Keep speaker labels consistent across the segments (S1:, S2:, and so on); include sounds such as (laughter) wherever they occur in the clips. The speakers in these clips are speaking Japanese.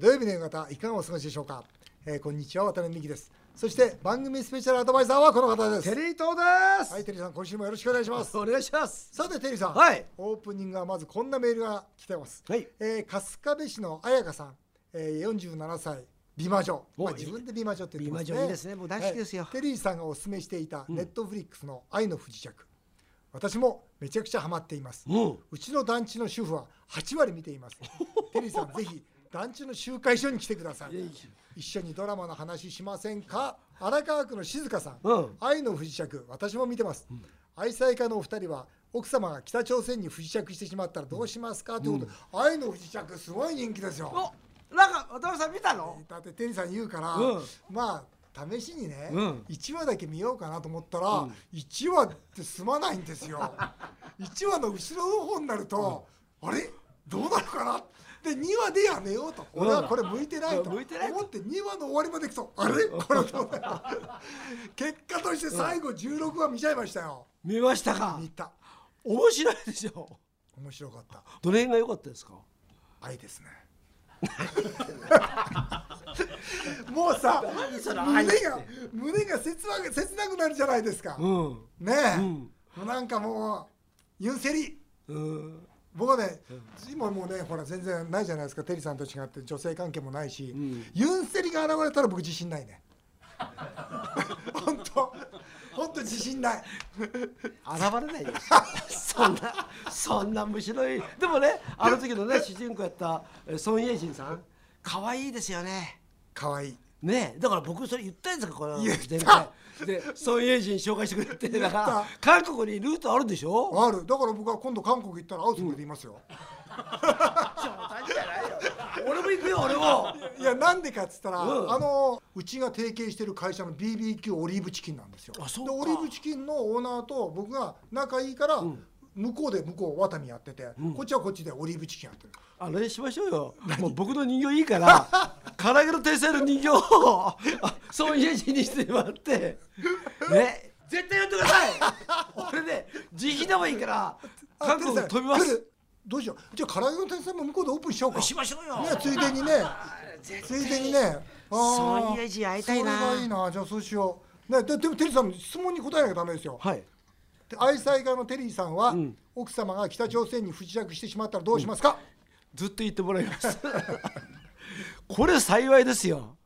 S1: 土曜日の夕方いかがお過ごしでしょうか、えーこんにちは渡辺美希ですそして番組スペシャルアドバイザーはこの方です
S2: テリー東です、
S1: はいテリーさん今週もよろしくお願いします
S2: お願いします
S1: さてテリーさん、
S2: はい
S1: オープニングはまずこんなメールが来てます、
S2: はい
S1: えー春日部市の彩香さん、えー、47歳美魔女、
S2: お
S1: まあ、
S2: いい
S1: 自分で美魔女って言ってますね
S2: 美魔女いいですねもう大好きですよ
S1: テリーさんがお勧めしていた
S2: ん
S1: ネットフリックスの愛の不時着、私もめちゃくちゃハマっています、
S2: うん
S1: うちの団地の主婦は8割見てい (laughs) ます。テリーさん、ぜひ団地の集会所に来てください。一緒にドラマの話しませんか荒川区の静香さん、
S2: うん
S1: 愛の不時着、私も見てます。愛妻家のお二人は奥様が北朝鮮に不時着してしまったらどうしますかということで、愛の不時着、すごい人気ですよ。
S2: おなんか渡辺さん見たの
S1: だってテリーさん言うから、
S2: うん
S1: まあ、試しにね、
S2: うん
S1: 1話だけ見ようかなと思ったら、1話って済まないんですよ
S2: (laughs)
S1: 1話の後ろの方になると、あれどうなるかなで2話でやめようと俺はこれ向いてないと
S2: 向
S1: 思っ
S2: いてないと
S1: て2話の終わりまでいくとあれこれどうなるか
S2: (laughs)
S1: 結果として最後16話見ちゃいましたよ
S2: 見ましたか
S1: 見た
S2: 面白いでしょ
S1: 面白かった
S2: どの辺が良かったですか
S1: 愛ですねもうさ
S2: 何それ愛っ
S1: 胸
S2: て
S1: が胸が切なく切なくなるじゃないですか、
S2: うん
S1: ねえ、
S2: うん
S1: もうなんかもうユンセリ
S2: うん
S1: 僕はね、今もうねほら全然ないじゃないですかテリーさんと違って女性関係もないし、
S2: ん
S1: ユンセリが現れたら僕自信ないね (laughs) 本当本当自信ない
S2: 現れないでしょ (laughs) そんなそんなむしろいでもねあの時の (laughs) ね主人公やったえソン・イェジンさん可愛いですよね
S1: 可愛い
S2: ねえだから僕それ言ったやつかこの
S1: 言った
S2: 前回でソン・イェジン紹介してくれてだから韓国にルートあるでしょ
S1: あるだから僕は今度韓国行ったら会うつもりでいますよ、
S2: 俺も行くよ俺も
S1: いやなんでかっつったら、
S2: うん
S1: あのうちが提携してる会社の BBQ オリーブチキンなんですよ
S2: あそう
S1: で
S2: か
S1: オリーブチキンのオーナーと僕が仲いいから、向こうで向こうワタミやってて、こっちはこっちでオリーブチキンやってる
S2: あれしましょうよもう僕の人形いいから
S1: (laughs)
S2: 唐揚げの訂正の人形をあそういう字にしても
S1: (laughs)
S2: らってね絶対やってください俺ね自費でもいいから
S1: あ
S2: 韓国
S1: テレサ
S2: 飛びま
S1: 来
S2: す
S1: るどうしようじゃあ唐揚げの店さんも向こうでオープンしようか
S2: しましょうよ
S1: ねついでにねついでにねあー
S2: そういう字会いたいな
S1: それがいいなじゃあそうしようねででもテリーさん質問に答えなきゃダメですよ
S2: はい
S1: で愛妻家のテリーさんは、
S2: ん
S1: 奥様が北朝鮮に不時着してしまったらどうしますか、
S2: ずっと言ってもらいます (laughs) これ幸いですよ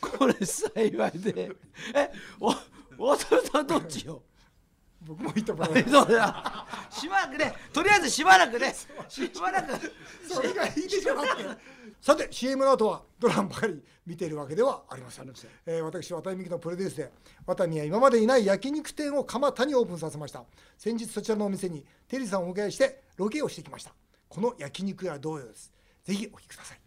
S2: これ幸いでえお渡辺さんどっちよ
S1: 僕も言ってもらえない
S2: そうだしばらくねとりあえずしばらくねしばらく
S1: それがいいでしょだってさて CM の後はドラマばかり見ているわけではありません
S2: ありません
S1: えー私渡辺美樹のプロデュースで渡辺は今までいない焼肉店を蒲田にオープンさせました先日そちらのお店にテリーさんをお迎えしてロケをしてきましたこの焼肉屋同様ですぜひお聞きください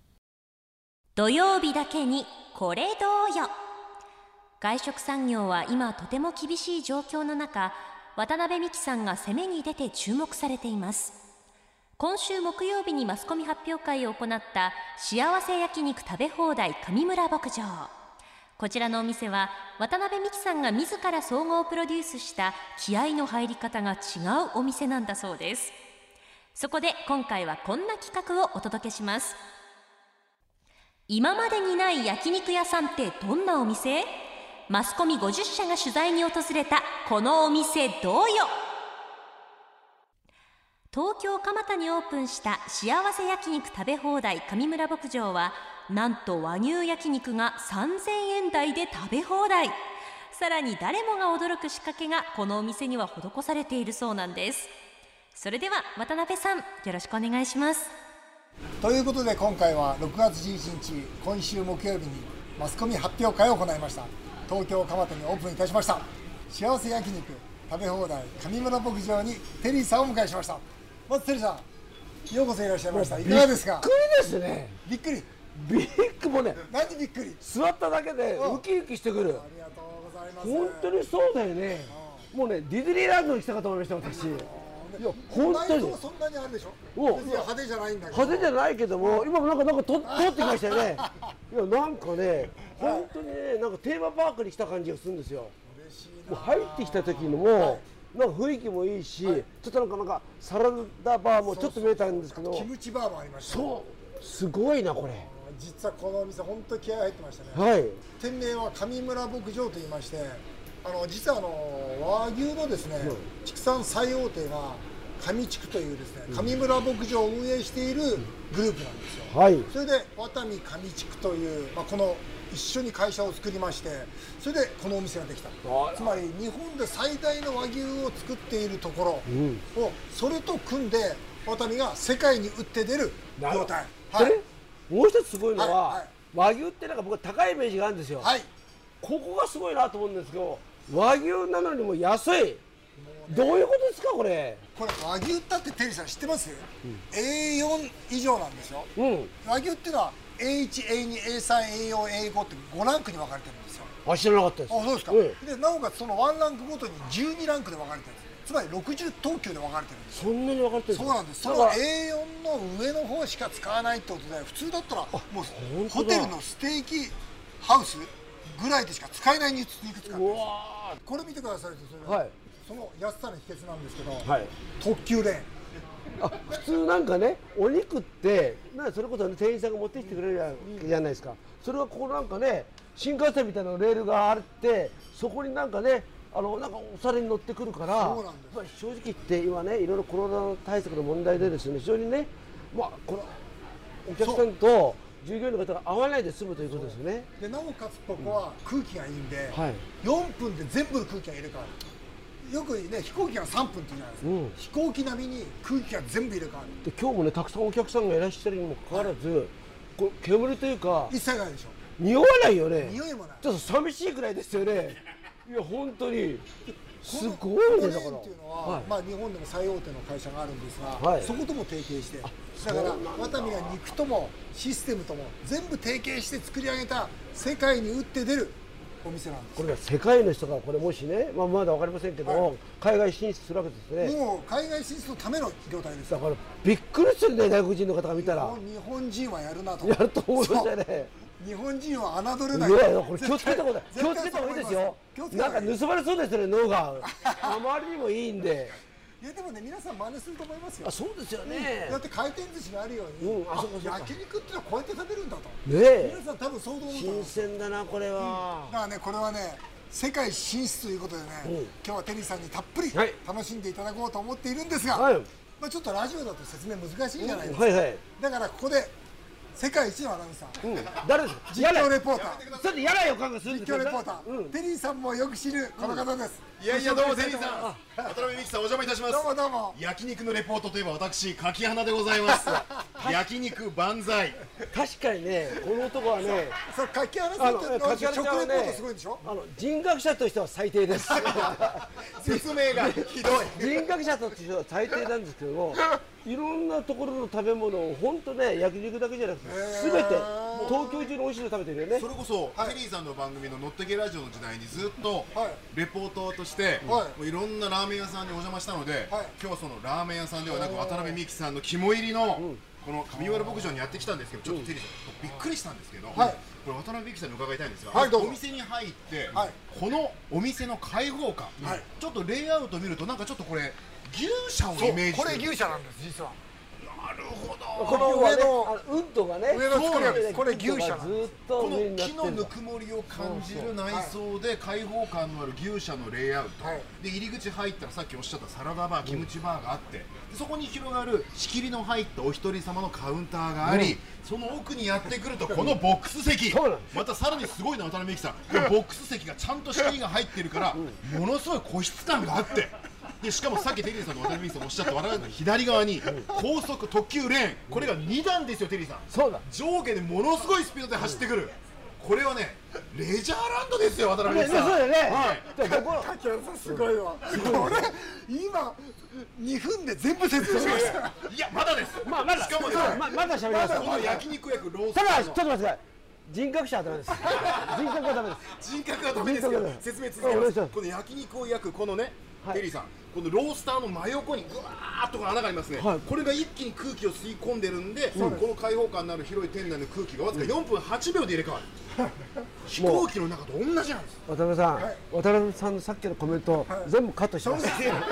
S3: 土曜日だけにこれどうよ外食産業は今とても厳しい状況の中渡辺美樹さんが攻めに出て注目されています今週木曜日にマスコミ発表会を行った幸せ焼肉食べ放題上村牧場こちらのお店は渡辺美樹さんが自ら総合プロデュースした気合の入り方が違うお店なんだそうですそこで今回はこんな企画をお届けします今までにない焼肉屋さんってどんなお店マスコミ50社が取材に訪れたこのお店どうよ東京蒲田にオープンした幸せ焼肉食べ放題上村牧場はなんと和牛焼肉が3000円台で食べ放題さらに誰もが驚く仕掛けがこのお店には施されているそうなんですそれでは渡辺さんよろしくお願いします
S1: ということで今回は6月11日今週木曜日にマスコミ発表会を行いました東京蒲田にオープンいたしました幸せ焼肉食べ放題上村牧場にテリーさんをお迎えしましたまずテリーさんようこそいらっしゃいましたいかがですか
S2: びっくりですね
S1: びっくり
S2: ビッグもね
S1: 何びっくり
S2: 座っただけでウキウキしてくる
S1: ありがとうございます
S2: 本当にそうだよねもうねディズニーランドに来たかと思いました私いや本当
S1: 内
S2: に
S1: 装そんなにあるでしょ
S2: お
S1: 別に派手じゃないんだけど
S2: 派手じゃないけども今もなんかなんかと通ってきました
S1: (laughs)
S2: よねいやなんかね本当にねなんかテーマパークに来た感じがするんですよもう入ってきた時のもなんか雰囲気もいいし、ちょっとなんかなんかサラダバーもちょっと見えたんですけど
S1: キムチバーもありました
S2: そうすごいなこれ
S1: 自実はこのお店本当に気合い入ってましたね、
S2: はい
S1: 店名は上村牧場と言いましてあの実はあの和牛のですね、
S2: うん
S1: 畜産最大手が上地区というですね上村牧場を運営しているグループなんですよ、
S2: はい
S1: それでワタミ上地区という、まあ、この一緒に会社を作りましてそれでこのお店ができた
S2: あら
S1: つまり日本で最大の和牛を作っているとこ
S2: ん
S1: ろを、それと組んでワタミが世界に打って出る
S2: なる
S1: 業
S2: ほど
S1: 態
S2: でねもう一つすごいのは、
S1: はいはい
S2: 和牛ってなんか僕は高いイメージがあるんですよ、
S1: はい
S2: ここがすごいなと思うんですけど和牛なのにも安いどういうことですかこれ
S1: これ和牛だってテリーさん知ってます、A4 以上なんですよ
S2: うん
S1: 和牛っていうのは A1A2A3A4A5 って5ランクに分かれてるんですよ
S2: あ知らなかったです
S1: あそうですか、
S2: ええ
S1: でなおかつその1ランクごとに12ランクで分かれてるんですつまり60等級で分かれてるんです
S2: そんなに分かれてる
S1: そうなんですそ
S2: だ
S1: の
S2: から
S1: A4 の上の方しか使わないってことで普通だったらもう
S2: 本当
S1: ホ
S2: だ
S1: テルのステーキハウスぐらいでしか使えない肉使ってる
S2: うわ
S1: これ見てくださいとそれ、
S2: はい
S1: その安さの秘訣なんですけど、
S2: ーはい
S1: 特急レーン
S2: あ普通なんかねお肉ってなんかそれこそ、ね、店員さんが持ってきてくれるじゃじゃないですかそれはここなんかね新幹線みたいなレールがあってそこになんかねあのなんかお皿に乗ってくるから
S1: そうなんです
S2: やっぱり正直言って今ねいろいろコロナ対策の問題でですね非常にねまあこのお客さんと従業員の方が合わないで済むということですよね
S1: でなおかつここは空気がいいんで、
S2: はい
S1: 4分で全部の空気が入れ替わるよくね飛行機が3分って言うじゃないですか、
S2: うん
S1: 飛行機並みに空気が全部入れ替わる
S2: で今日もねたくさんお客さんがいらっしゃるにもかかわらずこう煙というか
S1: 一切ないでしょ
S2: 匂わないよね
S1: 匂いもない
S2: ちょっと寂しいくらいですよね (laughs) いや本当にすご
S1: こ
S2: い
S1: の
S2: ね
S1: レ
S2: だ
S1: ー
S2: から
S1: ンっていうのは、
S2: はい
S1: まあ、日本でも最大手の会社があるんですが、
S2: はい
S1: そことも提携してだからワタミが肉ともシステムとも全部提携して作り上げた世界に打って出るお店なんです
S2: これが世界の人がこれもしね、まあ、まだ分かりませんけど、
S1: はい
S2: 海外進出するわけですね
S1: もう海外進出のための業態です
S2: だからびっくりするね外国人の方が見たら
S1: もう日本人はやるなと
S2: やると思いましたよ
S1: そう
S2: ね
S1: 日本人は侮れない
S2: いやいやこれ気をつけた方が
S1: 絶
S2: 気を
S1: 対
S2: つけた方がいいですよ
S1: 気をつけた
S2: な
S1: 方がいい
S2: んか盗まれそうですよね脳
S1: (laughs)
S2: があまりにもいいんで
S1: いやでもね皆さん真似すると思いますよ
S2: あそうですよね
S1: だって回転寿司があるように、
S2: うんあそうかそうか
S1: 焼肉ってのはこうやって食べるんだと、
S2: ねえ
S1: 皆さん多分想像だと思う
S2: 新鮮だなこれは
S1: だ、からねこれはね世界進出ということでね、
S2: うん
S1: 今日はテリーさんにたっぷり
S2: はい
S1: 楽しんでいただこうと思っているんですが、
S2: はい
S1: まあ、ちょっとラジオだと説明難しいじゃないですか、
S2: はいはい、
S1: だからここで世界一のアナウンサー
S2: うん、誰ですか
S1: 実況レポーター
S2: ちょっと嫌な予感がするんです
S1: 実況レポーター、
S2: うん
S1: テリーさんもよく知るこの方です、
S4: いやいやどうもゼリーさん渡辺美樹さんお邪魔いたします
S1: どうもどうも
S4: 焼肉のレポートといえば私柿花でございます焼肉万歳
S2: 確かにね、この男はね、
S1: そう書き原
S2: あ
S1: さん
S2: の
S1: っていうのは
S2: 柿
S1: 食レポ
S2: 原ちゃんは
S1: ート
S2: ね
S1: すごいでしょ、、
S2: あの人格者としては最
S1: (laughs)
S2: 低です。
S4: 説明がひどい
S2: 人格者としては最低なんですけども、いろんなところの食べ物を本当ね、焼肉だけじゃなくて、すべて東京中に美味しいの食べてるよね
S4: そ。れこそ、
S1: はい
S4: テリーさんの番組の「のってけラジオ」の時代にずっと
S1: はい
S4: レポートとして、い
S1: はい
S4: もういろんなラーメン屋さんにお邪魔したので、
S1: はい
S4: 今日はそのラーメン屋さんではなく渡辺美樹さんの肝入りの、この上原牧場にやってきたんですけどちょっとテリーさんびっくりしたんですけど、
S1: はい
S4: これ渡辺美樹さんに伺いたいんですが、
S1: はいどうぞ
S4: お店に入って、
S1: はい
S4: このお店の開放感、
S1: はい
S4: ちょっとレイアウト見るとなんかちょっとこれ牛舎をイメージしてる
S1: 舎なんです実は
S4: なるほど
S2: この
S1: 上
S2: 上
S1: の
S2: の、あのウッドがね、
S1: 上の作りなんです
S2: そうなんだよ
S1: これ牛舎な
S2: ウ
S1: ん
S2: ッ
S1: で
S2: ドがずっと
S4: こ
S2: 上にな
S4: の
S2: っ
S4: 木
S2: て
S4: の
S2: るん
S4: ぬ
S2: だ。
S4: くもりを感じる内装で開放感のある牛舎のレイアウト、
S1: はい
S4: で入り口入ったらさっきおっしゃったサラダバーキムチバーがあって、でそこに広がる仕切りの入ったお一人様のカウンターがあり、その奥にやってくるとこのボックス
S2: (laughs)
S4: 席
S2: そうなんで
S4: またさらにすごいの渡辺美樹さんこのボックス席がちゃんと仕切りが入ってる
S2: (laughs)
S4: から、ものすごい個室感があって。でしかもさっきテリーさんと渡辺美樹さんもおっしゃった我々の左側に高速特急レーンこれが2段ですよテリーさん
S2: そうだ。
S4: 上下でものすごいスピードで走ってくる、これはねレジャーランドですよ渡辺
S2: ね、
S4: 美
S2: ね
S4: 樹
S2: そう
S4: さん、
S2: だよね
S4: は
S2: (laughs) だ
S4: い。
S2: からここ
S1: 柿原さんすごいわこれ今2分で全部説明しました
S4: いやまだです、
S2: まあまだ
S4: しかもね、
S2: ままだ喋りますよ
S4: この焼肉役ロース
S2: ただちょ
S4: の
S2: っと待ってください人格者はダメです人格はダメです
S4: 人格はダメですけ
S2: 人
S4: ど
S2: 格だ
S4: 説明続け
S2: お願
S4: ま
S2: いします
S4: すこの焼肉を焼くこのね、
S2: はい
S4: テリーさんこのロースターの真横にぐわーっと穴がありますね、
S2: はい
S4: これが一気に空気を吸い込んでるんで、この開放感のある広い店内の空気がわずか4分8秒で入れ替わる、飛行機の中と同じなんです
S2: 渡辺さん、
S1: はい
S2: 渡辺さんのさっきのコメント、
S1: はい
S2: 全部カットしてます
S1: 全部必要なかっ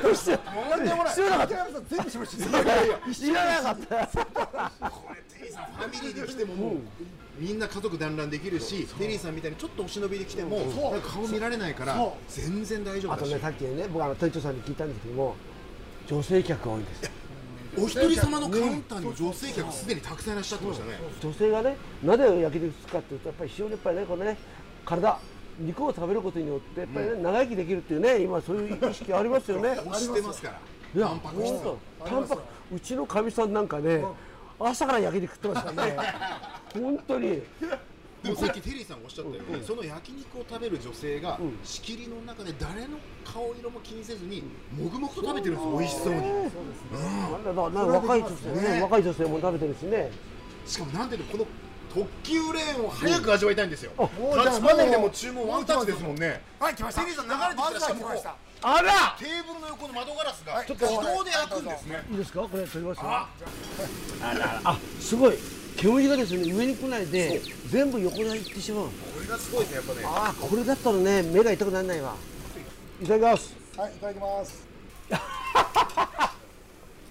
S1: た
S2: 必要
S1: なんでもない
S2: 必要なかっ
S1: 柿原さん全部しました
S2: たいらなかった
S4: これテリーささんファミリーで来てももう、みんな家族団らんできるしテリーさんみたいにちょっとお忍びで来ても、
S1: そう
S4: なんか顔見られないから
S1: そう
S4: 全然大丈夫
S2: あ
S4: だ
S2: と
S4: し
S2: ね、さっきね、僕、あの店長さんに聞いたんですけども、女性客が多いんです。
S4: お一人様のカウンターにも女性客すでにたくさんいらっしゃってましたね
S2: 女性がね、なぜ焼肉好きかっていうと、やっぱり塩でやっぱりね、このね、体。肉を食べることによって、やっぱりね、長生きできるっていうね、今そういう意識ありますよね。
S4: (laughs) 押してますから
S2: いや、
S4: タンパク質
S2: 本
S4: を
S2: 当タンパク、うちのかみさんなんかね、朝から焼肉食ってました
S4: (laughs)
S2: ね。本当に。
S4: でもさっきテリーさんがおっしゃったようにその焼肉を食べる女性が仕切りの中で誰の顔色も気にせずにもぐもぐと食べてるんですよ美味しそうに
S2: なんだろうな、若い女性ね
S4: ね
S2: 若い女性も食べてるしね。
S4: しかもなんていうのこの特急レーンを早く味わいたいんですよ
S1: もう
S4: タッチパネルでも注文ワンタッチですもんね
S1: はい来ました
S4: テリーさん流れてき
S1: ま
S4: た
S1: ずは来ました
S2: あら。
S4: テーブルの横の窓ガラスが
S1: はい
S4: 自動で開くんですね
S2: いいですか、これ取りますよ。ああ、すごい。煙がですね、上に来ないで、全部横に行ってしまう。
S4: これがすごいですねやっぱね
S2: ああ、これだったらね、目が痛くならないわ。いただきます。
S1: はいいただきます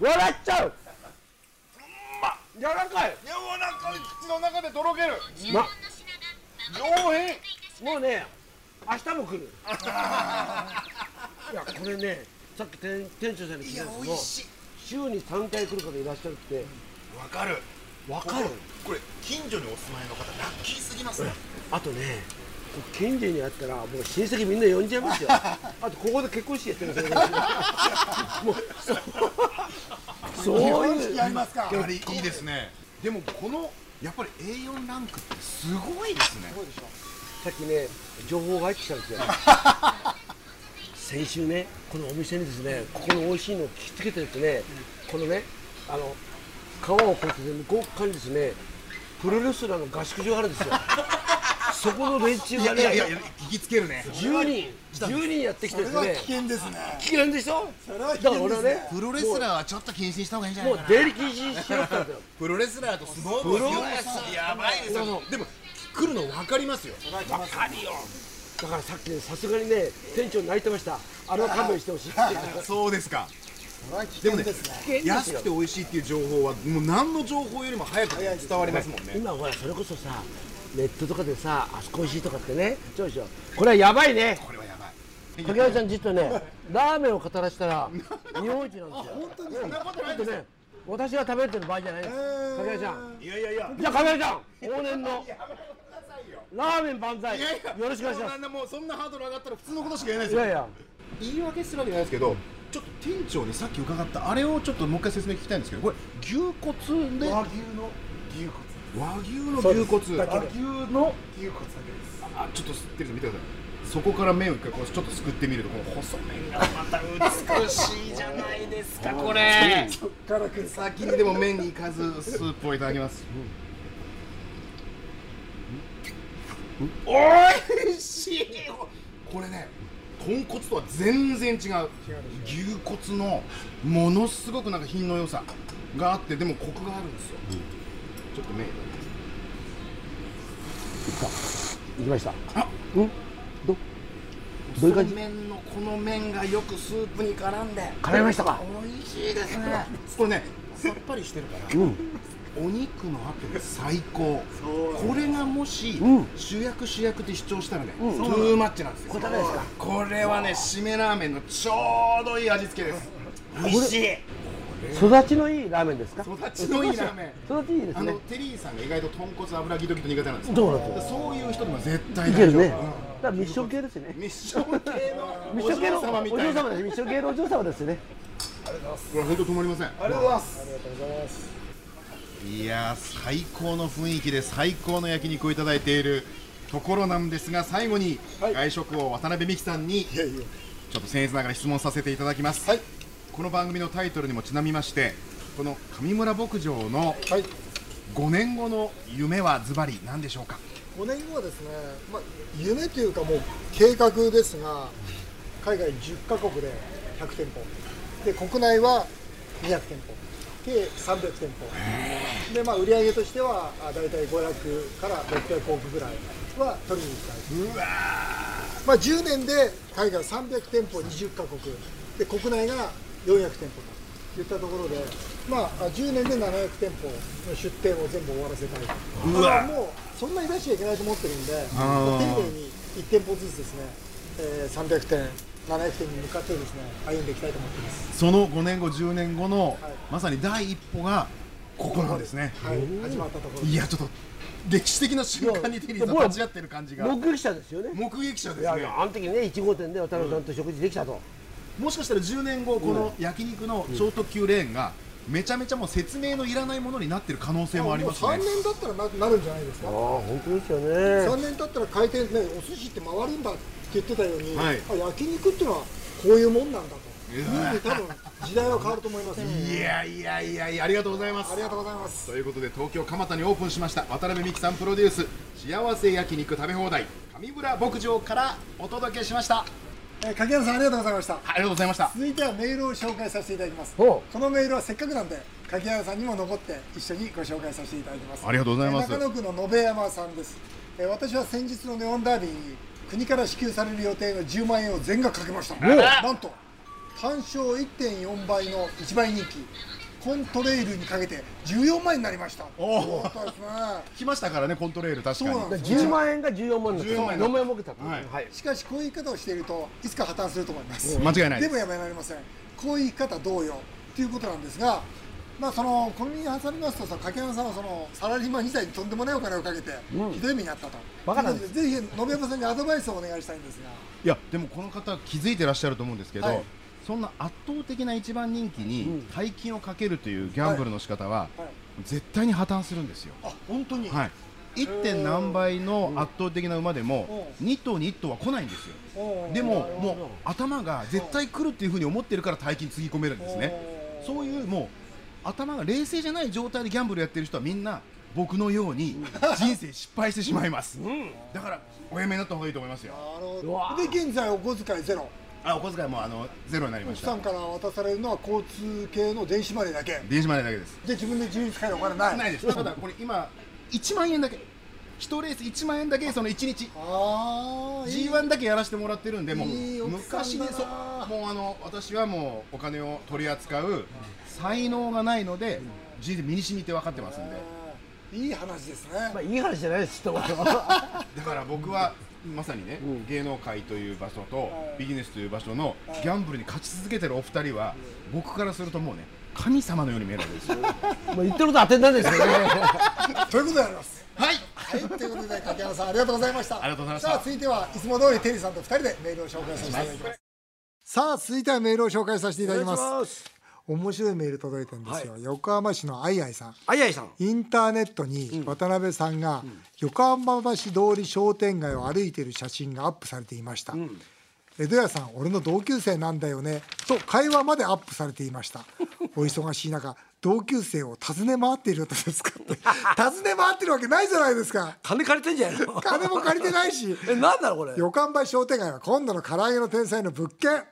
S2: 笑っちゃう。柔らかい。
S4: 柔らかい口の中でとろける
S2: ま、
S4: 上品
S2: もうね、明日も来 (laughs) る。いや、これね、さっき店店長さんに聞いたん
S4: 美味
S2: です
S4: しい
S2: けど、週に三回来る方いらっしゃるって。
S4: わかる
S2: わかる
S4: こここれ近所にお住まいの方ラッキーすぎますね
S2: あとね、こう近所にあったら、もう親戚みんな呼んじゃいます (laughs) よ。あと、ここで結婚式やってるんですよ。 (laughs) もう、そう、そう
S1: 日本
S2: い
S1: 式
S2: う。
S1: やりますか
S4: やはりいいですねでもこのやっぱり A4 ランクってすごいですね
S2: さっきね、情報が入ってきたんですよ。先週ね、このお店にですね、ここの美味しいのを聞きつけてるってね、このね、あの、川を越えてね向こう側にですね、プロレスラーの合宿場があるんですよ。そこの連中がね、
S4: 聞きつけるね
S2: 10人、10人やってきて
S1: こ
S2: で
S1: れ
S2: す
S1: は
S2: ね
S1: 危、険ですね
S2: 危険でしょ
S1: それは危
S2: だから
S1: 険です
S2: 俺は
S1: ね
S2: ね、
S4: プロレスラーはちょっと禁止した方がいいんじゃない
S2: もう
S4: かな
S2: 出入り禁止しろって言ったんですよ。 (laughs)
S4: プロレスラーとスノーボードやばいですよでも来るの分かりますよ
S2: だからさっきねさすがにね、店長泣いてました。あれは勘弁してほ (laughs) しいって。
S4: そうですか
S1: それは危
S4: で
S1: 険
S4: もね
S1: ですね
S4: 安くて美味しいっていう情報はもう何の情報よりも早く伝わりますもんね
S2: 今ほら、それこそさ、ネットとかでさ、あそこ美味しいとかってね、ちょいちょい。これはやばいね。
S4: これはやばい
S2: 竹原ちゃん、実はね、ラーメンを語らせた (laughs) ら、日本一なんですよ。本当にそんなことないですね、私が食べてる場合じゃないです。竹原ちゃん。いやいやい (laughs) や。じゃあ、竹原ちゃん、往年のラーメン万歳。
S4: いやいや
S2: よろしくお願いしま
S4: そ
S2: す
S4: ん。なもうそんなハードル上がったら普通のことしか言えないで
S2: い
S4: すよ
S2: やいや。
S4: 言い訳するわけじゃないですけどちょっと店長にさっき伺ったあれをちょっともう一回説明聞きたいんですけどこれ牛骨で和牛の牛骨和牛の牛骨和牛の牛骨だけですあちょっと吸ってるの見てくださいそこから麺を一回こうちょっとすくってみるとこの細麺がまた美しいじゃないですかこれ
S1: 辛くさ
S4: 先にでも麺に行かずスープをいただきます、おいしいこれね豚骨とは全然違う牛骨のものすごくなんか品の良さがあってでもコクがあるんですよ、ちょっと麺いただきます
S2: 行きました。どういう
S4: 細
S2: 感じ
S4: 麺のこの麺がよくスープに絡んで
S2: 絡みましたか。
S4: 美味しいですねこれねさっぱりしてるから、お肉の後で最高これがもし、主役主役で主張したらね、トゥーマッチなんですよこれですかこれはね締めラーメンのちょうどいい味付けです美味しい
S2: 育ちのいいラーメンですか
S4: 育ちのいいラーメン
S2: 育ちいいです
S4: あの
S2: ね
S4: テリーさんが意外と豚骨油ギトギト苦手なんですよ
S2: そうなんで
S4: そういう人にも絶対
S2: い
S4: 大
S2: け
S4: 丈夫
S2: るねだからミッション系ですよね
S4: ミッション系
S2: ミ
S4: の
S2: ッシ
S4: お
S2: ョン系の
S4: 嬢
S2: お
S4: 様みた
S2: 嬢
S4: いな
S2: 様ですミッション系のお嬢様ですよね
S4: これ本当止まりません
S1: ありがとうございますありがとうございます
S4: いやー最高の雰囲気で最高の焼肉をいただいているところなんですが最後に
S1: はい
S4: 外食王渡辺美樹さんにちょ
S1: いや
S4: っと僭越ながら質問させていただきます、
S1: はい
S4: この番組のタイトルにもちなみましてこの上村牧場の
S1: はい
S4: 5年後の夢はズバリ何でしょうか
S1: 5年後はですね、まあ、夢というかもう計画ですが海外10カ国で100店舗で国内は200店舗計300店舗で、まあ、売り上げとしてはあ大体500から600億ぐらいは取りに行きたいまあ、10年で海外300店舗20カ国で国内が400店舗といったところでまあ、10年で700店舗の出店を全部終わらせたい、
S4: うわ
S1: あのもうそんなに出しちゃいけないと思ってるんで、丁
S4: あー
S1: 寧に1店舗ずつですね、えー300店、700店に向かってですね歩んでいきたいと思ってます。
S4: その5年後10年後の、
S1: い
S4: まさに第一歩がここなんですね、
S1: はい、始まったところ
S4: い、やちょっと歴史的な瞬間にテリーさん
S2: いや
S4: 立ち会ってる感じが
S2: 目撃者ですよね
S4: 目撃者
S2: い
S4: です
S2: やい
S4: ね
S2: やあの時ね1号店で渡辺さんと食事できたと、
S4: もしかしたら10年後この焼肉の超特急レーンがめちゃめちゃもう説明のいらないものになってる可能性もあります
S1: もう3
S4: ね
S1: 年だったらななるんじゃないですか
S2: ああ。本当ですよね
S1: 3年経ったら回転ねお寿司って回るんだって言ってたように、
S4: はい
S1: あ焼肉ってのはこういうもんなんだというう
S4: わ
S1: ふうに多分時代は変わると思います、
S4: (laughs) いやいやいやいやありがとうございます
S1: ありがとうございます
S4: ということで東京蒲田にオープンしました渡辺美樹さんプロデュース幸せ焼肉食べ放題上村牧場からお届けしましたあ
S1: えー柿原さんありがとうございました
S4: りがとうございました
S1: 続いてはメールを紹介させていただきます
S2: ほ
S1: このメールはせっかくなんで柿原さんにも残って一緒にご紹介させていただきます
S4: ありがとうございます
S1: えー中野区の延山さんですえー私は先日のネオンダービーに国から支給される予定の10万円を全額かけましたなんと単勝1.4倍の1倍人気コントレイルにかけて14万円になりました
S4: おー
S1: そうだったですね
S4: 来ましたからねコントレール確
S1: そうなん
S4: か
S1: で
S4: に
S1: す
S2: 10万円が14万円
S4: 14万円だ
S2: 4万円儲けたと、
S4: はい
S1: しかしこういう言い方をしているといつか破綻すると思います
S4: 間違いないで
S1: ですもやめられませんこういう言い方同様ということなんですがまあその小耳に挟みますとさ柿山さんはそのサラリーマン時代にとんでもないお金をかけてひどい目にあったと、
S2: バカなん
S1: とい
S2: で
S1: うことでぜひ延山さんにアドバイスをお願いしたいんですが
S4: いやでもこの方気づいてらっしゃると思うんですけど、
S1: はい
S4: そんな圧倒的な一番人気に大金をかけるというギャンブルの仕方は、
S1: はいはい
S4: 絶対に破綻するんですよ、
S1: あ本当に
S4: はい、1. 点何倍の圧倒的な馬でも2頭に1頭は来ないんですよ
S1: おー
S4: でももう頭が絶対来るっていうふうに思ってるから大金つぎ込めるんですねそういうもう頭が冷静じゃない状態でギャンブルやってる人はみんな僕のように人生失敗してしまいます、だからおやめになった方がいいと思いますよ
S1: なるほ
S2: うわ
S1: どで現在お小遣いゼロ
S4: あお小遣いもあのゼロになりま
S1: 奥
S4: した
S1: さんから渡されるのは交通系の電子マネーだけで
S4: 電子マネーだけです
S1: 自分で自由に使えるお金ない
S4: ない
S1: い
S4: ですただこれ今1万円だけ1レース1万円だけその1日
S1: ああ
S4: G1 だけやらせてもらってるんでもう
S1: いい奥さんだな
S4: 昔にそうもうあの私はもうお金を取り扱う才能がないので人生身に染みて分かってますんで
S1: いい話ですね、
S2: まあいい話じゃないですちょっとは (laughs)
S4: だから僕はまさにね芸能界という場所とビジネスという場所のギャンブルに勝ち続けてるお二人は僕からするともうね神様のように見えるわけ (laughs) ですよ
S2: いもう言ってること当てんなんですよね
S1: ということであります
S4: はい
S1: はい、ということで、柿山さん、ありがとうございました。
S4: ありがとうございました
S1: さあ、続いては、いつも通り、テリーさんと二人でメールを紹介させていただきます。さあ、続いてはメールを紹介させていただきます。
S2: す
S1: 面白いメール届いてるんですよ。横浜市のあいあいさん。
S2: あいあいさん
S1: インターネットに渡辺さんが横浜橋通り商店街を歩いている写真がアップされていました、江戸屋さん俺の同級生なんだよねと会話までアップされていましたお忙しい中同級生を訪ね回っているようですかって訪ね回ってるわけないじゃないですか
S2: (laughs) 金借りてんじゃないの
S1: (laughs)
S2: (laughs)
S1: 金も借りてないし
S2: えなんだろうこれ
S1: 横浜商店街は今度の唐揚げの天才の物件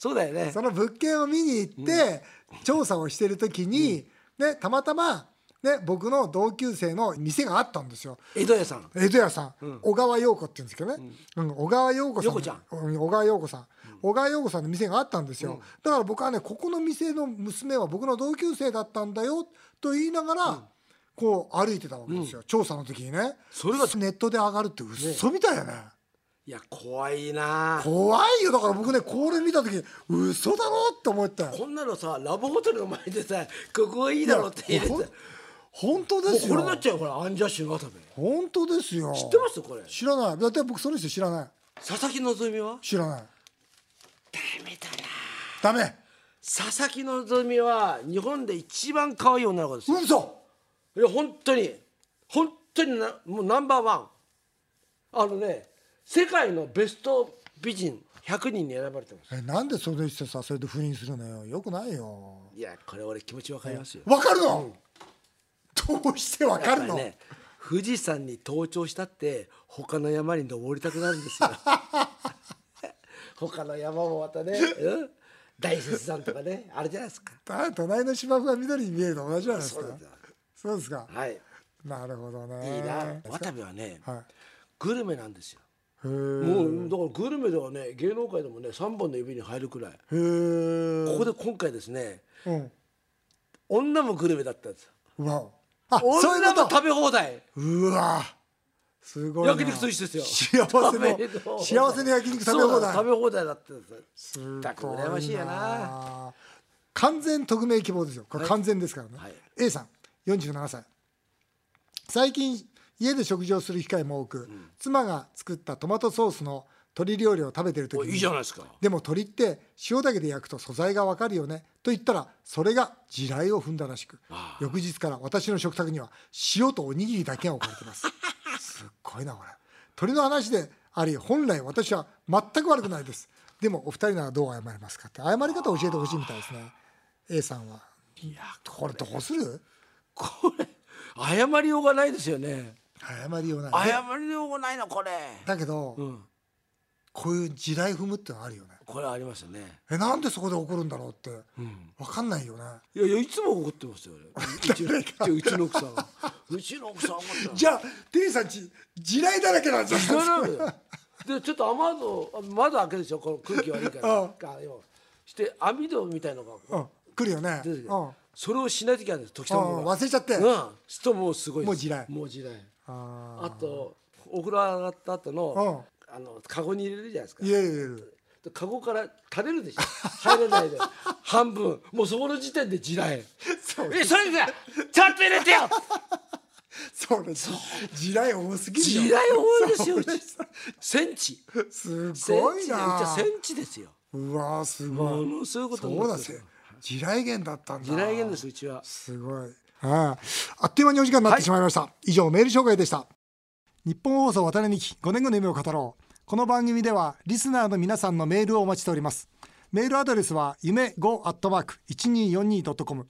S2: そうだよね
S1: その物件を見に行って調査をしてる時に、ね、たまたま、ね、僕の同級生の店があったんですよ
S2: 江戸屋さん
S1: 江戸屋さん、小川陽子って言うんですけどね、うん小川陽子さん
S2: 陽子ちゃん
S1: うん小川陽子さん、小川陽子さんの店があったんですよ、だから僕はねここの店の娘は僕の同級生だったんだよと言いながら、こう歩いてたわけですよ、調査の時にね
S2: それが
S1: ネットで上がるって嘘みたいよね
S2: いや怖いな
S1: 怖いよだから僕ねこれ見た時嘘だろって思ったよ
S2: こんなのさラブホテルの前でさここいいだろって入れて
S1: い
S2: も
S1: や
S2: う
S1: ほん本当ですよ
S2: これなっちゃうよほらアンジャッシュ渡部
S1: 本当ですよ知
S2: 知ってますこれ
S1: 知らないだって僕その人知らない
S2: 佐々木希は
S1: 知らない
S2: ダメだな
S1: ダメ
S2: 佐々木希は日本で一番可愛い女の子ですよ
S1: 嘘
S2: いや本当に本当になもうナンバーワンあのね世界のベスト美人100人に選ばれてます
S1: えなんでその人さそれで不倫するのよよくないよ
S2: いやこれ俺気持ちわかりますよ
S1: わかるの、どうしてわかる
S2: や
S1: の、
S2: っぱりね富士山に登頂したって他の山に登りたくなるんで
S1: (laughs)
S2: すよ他の山もまたね、うん、大雪山とかねあれじゃないですか
S1: だ隣の芝生が緑に見えるの同じじゃないですか
S2: そうだ
S1: そうですか
S2: はい
S1: なるほどね
S2: いいな渡部はね、
S1: はい
S2: グルメなんですよ
S1: へー
S2: もうだからグルメではね芸能界でもね3本の指に入るくらい
S1: へー
S2: ここで今回ですね
S1: うん
S2: 女もグルメだったんですよ
S1: うわあそうい
S2: 女
S1: うこ
S2: も
S1: と
S2: 食べ放題
S1: うわすごいな
S2: 焼肉と一緒ですよ
S1: 幸せ
S2: 食べ放
S1: の
S2: 題
S1: 幸せの焼肉食べ放題
S2: そう食べ放題だったんですよ
S1: すごい
S2: 全く羨ましいやな
S1: 完全匿名希望ですよこれ完全ですからね、
S2: い
S1: A さん47歳最近家で食事をする機会も多く、妻が作ったトマトソースの鶏料理を食べてる時
S2: お
S1: に
S2: いいじゃないですか
S1: でも鶏って塩だけで焼くと素材がわかるよねと言ったらそれが地雷を踏んだらしく翌日から私の食卓には塩とおにぎりだけが置かれてますすっごいなこれ鳥の話であり本来私は全く悪くないですでもお二人ならどう謝りますかって謝り方を教えてほしいみたいですね A さんはこれどうする
S2: これ謝りようがないですよね
S1: 謝りようない
S2: 謝りようがないなこれ
S1: だけど、
S2: ん
S1: こういう地雷踏むってのはあるよね
S2: これありますよね
S1: えなんでそこで怒るんだろうって、わかんないよね
S2: いやいやいつも怒ってますよ俺うちうちの奥さんがうちの奥さん怒ってます
S1: じゃあテリーさんち地雷だらけなんじゃない
S2: それなのよでちょっと雨戸あ窓開けるでしょこの空気悪いから
S1: うん
S2: あよして網戸みたいのがこう
S1: うん、来るよね、うん
S2: 出てきてそれをしないといけないんです時
S1: う
S2: たま
S1: ん、
S2: が
S1: 忘れちゃって、
S2: うんするともうすごいです
S1: もう地雷
S2: もう地雷
S1: あ
S2: あとお風呂上がった後のあのカゴに入れるじゃないですか
S1: ーいやいやいや
S2: でカゴから垂れるでしょ入
S1: (laughs)
S2: れないで半分もうそこの時点で地雷
S1: そう
S2: えそれじゃちゃんと入れてよ
S1: それ地雷多すぎる
S2: 地
S1: よ
S2: 雷多いですようちセンチ
S1: す
S2: セン
S1: ご
S2: チ
S1: い
S2: でうちは
S1: な
S2: センチですよ
S1: うわーすご
S2: も
S1: い
S2: のすごいことに
S1: そ
S2: な
S1: う
S2: って
S1: だ
S2: ます
S1: せ地雷源だったんだ
S2: 地雷源ですうちは
S1: すごい。ああっという間にお時間になってしまいました。以上メール紹介でした。日本放送渡辺美希5年後の夢を語ろう。この番組ではリスナーの皆さんのメールをお待ちしております。メールアドレスは夢5アットマーク 1242.com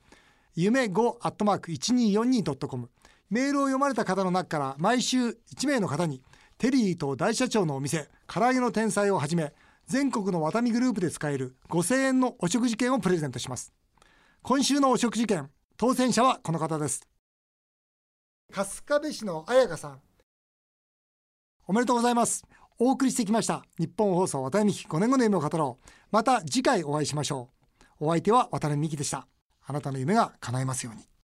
S1: 夢5アットマーク 1242.com メールを読まれた方の中から毎週1名の方にテリーと大社長のお店唐揚げの天才をはじめ全国のワタミグループで使える5000円のお食事券をプレゼントします今週のお食事券当選者はこの方です春日部市の彩香さんおめでとうございますお送りしてきました日本放送渡辺美希5年後の夢を語ろうまた次回お会いしましょうお相手は渡辺美希でしたあなたの夢が叶いますように